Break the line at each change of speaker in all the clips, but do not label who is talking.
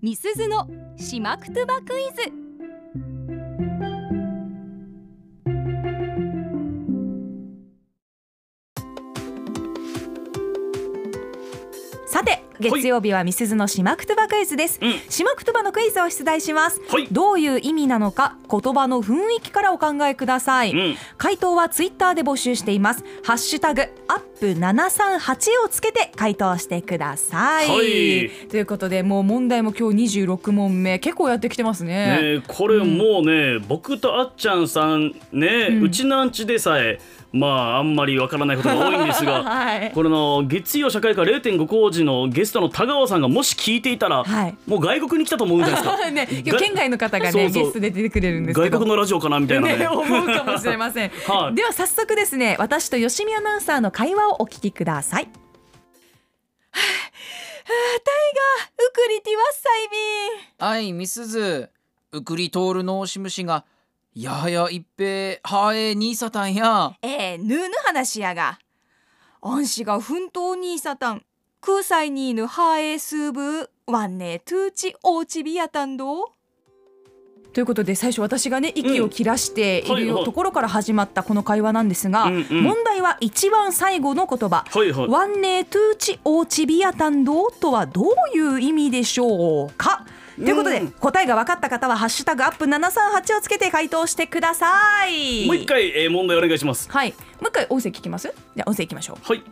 みすずのしまくとばクイズ
さて月曜日はみすずのしまくとばクイズです、
うん
しまくとばのクイズを出題します、
はい
どういう意味なのか言葉の雰囲気からお考えください、
うん
回答はツイッターで募集していますハッシュタグアップ738をつけて回答してください、
はい
ということでもう問題も今日26問目結構やってきてますね
ねえこれもうね、僕とあっちゃんさんね、うちなんちでさえまああんまりわからないことが多いんです が
はい
これの月曜社会科0.5工事のゲストの田川さんがもし聞いていたら、
はい
もう外国に来たと思うんじゃないで すか
ね、今日県外の方がね
そうそう
ゲストで出てくれるんですけ
外
ど
国のラジオかなみたいなね
ね、思うかもしれません、
はい
では早速ですね私と吉見アナウンサーの会話をお聞きくださいタイ ガウクリティワッサイ
はい、みすず。ウクリトールのシムシが、やはや一平、はえにいさたんや。
ええぬーぬ話やが。恩師が奮闘にいさたん。空才にいぬはえすーぶー。わんねーとゥーチおうちびやたんどー。
ビーということで最初私がね息を切らしてい
はいは
る
い
ところから始まったこの会話なんですが、
うんうん
問題は一番最後の言葉
はいはい
ワンネートゥーチオーチビアタンドーとはどういう意味でしょうかということで、
うん
答えが分かった方は「ハッシュタグアップ #738」をつけて回答してください
もう一回、えー問題お願いします
はいもう一回音声聞きますじゃあ音声いきましょう
はい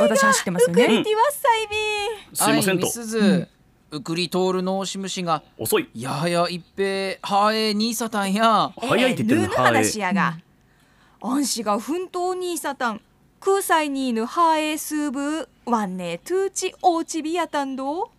私走ってますよ
ウク
ね
リティワッサイビー。
すいません
はい、
と
みすず。ウクリトールのシムシが、
遅い
やはや一平、はえにいさたんや。
ええ
早いって言って
ぬ
るね
ーぬ
はえ
話やが。恩師が奮闘にいさたん。空才にいぬはえすーぶー。わんねーとゥーチおうちびやたんど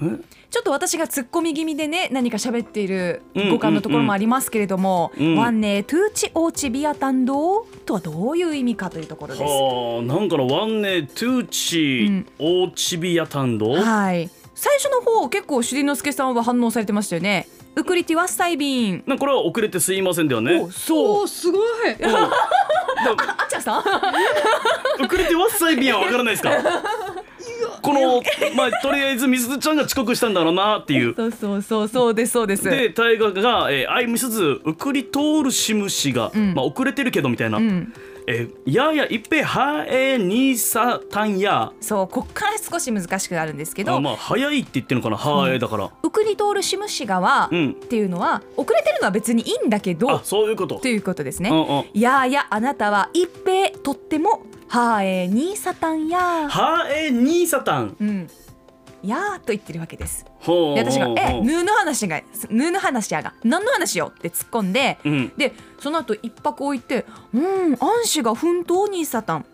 ー。
ちょっと私が突っ込み気味でね何か喋っている
うん
五感のところもありますけれども
うんうん
ワンネートゥーチオーチビアタンドーとはどういう意味かというところです
はあなんかのワンネトゥーチオーチビヤタンド
はい最初の方結構朱里之助さんは反応されてましたよねウクリティワッサイビン
なんかこれは遅れてすいませんだよね
おそう
すごい。
うんだ
あっちゃんさん
遅れてワッサイビンはわからないですかこのまあとりあえずみすずちゃんが遅刻したんだろうなっていう
そうそうそうそうですそうです
で大河が「えー、あいみすずウクリトールシムシが、
ん
まあ、遅れてるけど」みたいな「
うん
えーやーやいっぺはえにさたんや
そうこっから少し難しくなるんです」け
あ
ど
まあ早いって言ってるのかな「はえ」だから、
ウクリトールシムシガは
うん
っていうのは遅れてるのは別にいいんだけど
あそういうこと
と。いうことです
うん
ね。
うん
やあやあなたは一平とってもはえにサタンや。
はえにさたん。
うん。やあと言ってるわけです。
ほ
で私が
ほ
え
ほ
ぬの話がぬの話やが何の話よって突っ込んで
うん、
でその後一泊置いてうん安氏が奮闘にサタン。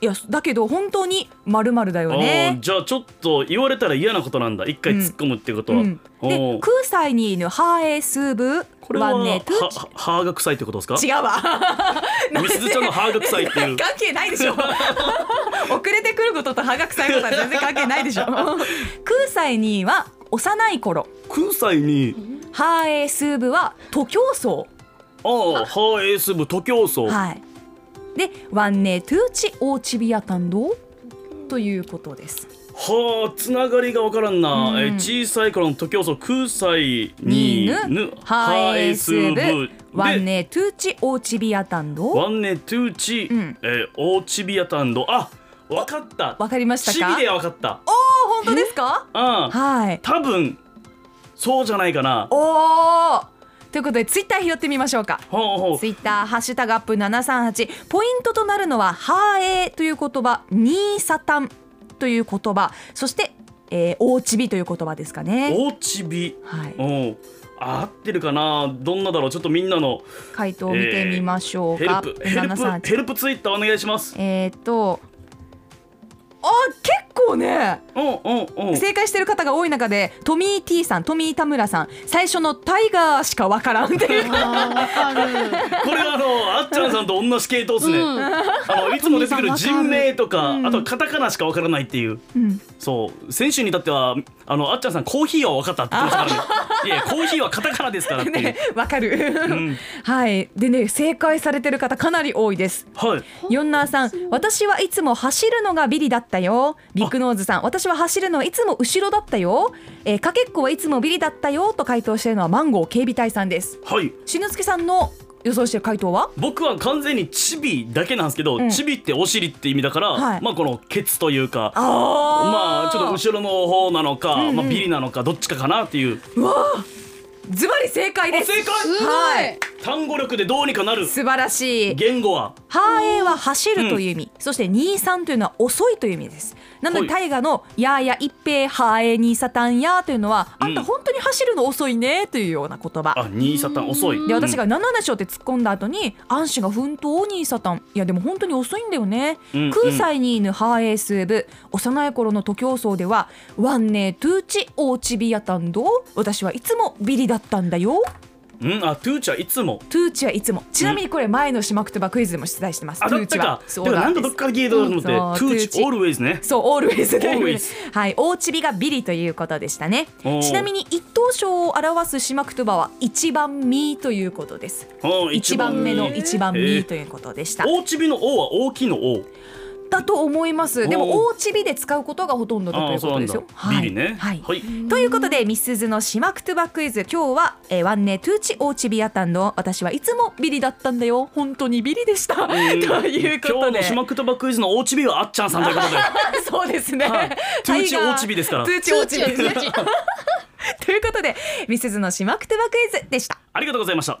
いやだけど本当にまるまるだよ
あ
ね
ー。じゃあちょっと言われたら嫌なことなんだ一回突っ込むってこと
う
は、
ん。で
おー
空才にいぬはえすぶ
これはは
わねとち
は歯が臭いってことですか
違うわ。
みすずちゃんの歯が臭いってい
関
う
係 ないでしょ遅れてくることと歯が臭いことは全然関係ない でしょ空才には幼い頃
空才に
ハーエースーブは徒競走
ああ歯エース部徒競走、
はいでワンネートゥーチオーチビアタンドということです
はあつながりがわからんな、
うん
え小さい頃の徒競走空才にぬ
ハ
ハ
ーエースー
で
ブワンネートゥーチオーチビアタンド
ワンネトゥーチ、
うん
えーオーチビアタンドあわかった
わかりました
チ
か
ビでわかった
お本当ですか
ああ
はい
多分そうじゃないかな
おーということでツイッター拾ってみましょうか
ほうほう
ツイッターハッシュタグアップ738ポイントとなるのは「はーえー」という言葉「にーさたん」という言葉そして「えー、おうちび」という言葉ですかね。
オーチビ
はい、
うんあ合ってるかなどんなだろうちょっとみんなの
回答を見てみましょう
ヘル
か。
プヘルプ
738
ヘルプツイッターお願いします
えー、っとあ結構構ね
うんうんうん
正解してる方が多い中でトミー T さんトミー田村さん最初のタイガーしかわからんっていう
あーわかる
これはあのあっちゃんさんと同じ系統ですね、
うん
あのいつも出 てくる人名とか、
うん
あとはカタカナしかわからないっていう
うん
そう先週に至ってはあのあっちゃんさんコーヒーは分かったって言ってましたからねいやコーヒーはカタカナですからっていう、
ねわかる、
ん
はいでね正解されてる方かなり多いです
はい
ヨンナーさん私はいつも走るのがビリだったよビッグノーズさん私は走るのはいつも後ろだったよ、えー、かけっこはいつもビリだったよと回答しているのはマンゴー警備隊さんです
はい
しぬつきさんの予想してる回答は
僕は完全にチビだけなんですけど、
ん
チビってお尻って意味だから、
はい
まあこのケツというか
あ
まあちょっと後ろの方なのか、
うん
まあ、ビリなのかどっちかかなっていう
ズバリ正解です
あ正解
すごい
はい
単語力でどうにかなる
素晴らしい
言語は
ハーエーは走るという意味、そして23というのは遅いという意味ですなの
は
で
い
大河の「やーや一平ハーエーにさたんや」というのは、
うん
あんた本当に走るの遅いねというような言葉
あニーサタン遅い
で私
うん
が「七でしょ」って突っ込んだ後に「アンシが奮闘にさたん」いやでも本当に遅いんだよね、
うんうん
空歳に犬ハーエースーブ幼い頃の徒競走では「ワンネートゥーチオーチビやたんど私はいつもビリだったんだよ
うんあトゥーチはいつも
トゥーチはいつも」ちなみにこれ前の島くとばクイズでも出題してます、
あ
ト
だ
ゥー
っ
チ
た
は
か
そ
で
う
も
な
なんん
で
か
す
どっから聞いたと思って、
そう
トゥー
Tooch
チオールウェイズね
そう、オールウェイズで
Always
はい、オーチビがビリということでしたね。
おー
ちなみに一等賞を表す島くとばは一番ミーということです。
うん
一番目の一番ミ
え
ー
ー
ということでした。
大チビの王は大きいの王
だと思います。で
お
も
う
オーチビで使うことがほとんどだと
あ
い
あ
う
そう
こ
な
と
ん
です
だ
よ。はい
ビリね
はい。
はい
ということでミスズの島くとばクイズ今日は、えー、ワンネトゥーチオーチビアタンの私はいつもビリだったんだよ本当にビリでした というこ
今
と
日
で
の島くとばクイズの大チビはあっちゃんさんということで
そうですね、
はいトゥーチ
タイガ
大チビですから
トゥーチオーチビ
通知通知
ということでミスズの島くとばクイズでした
ありがとうございました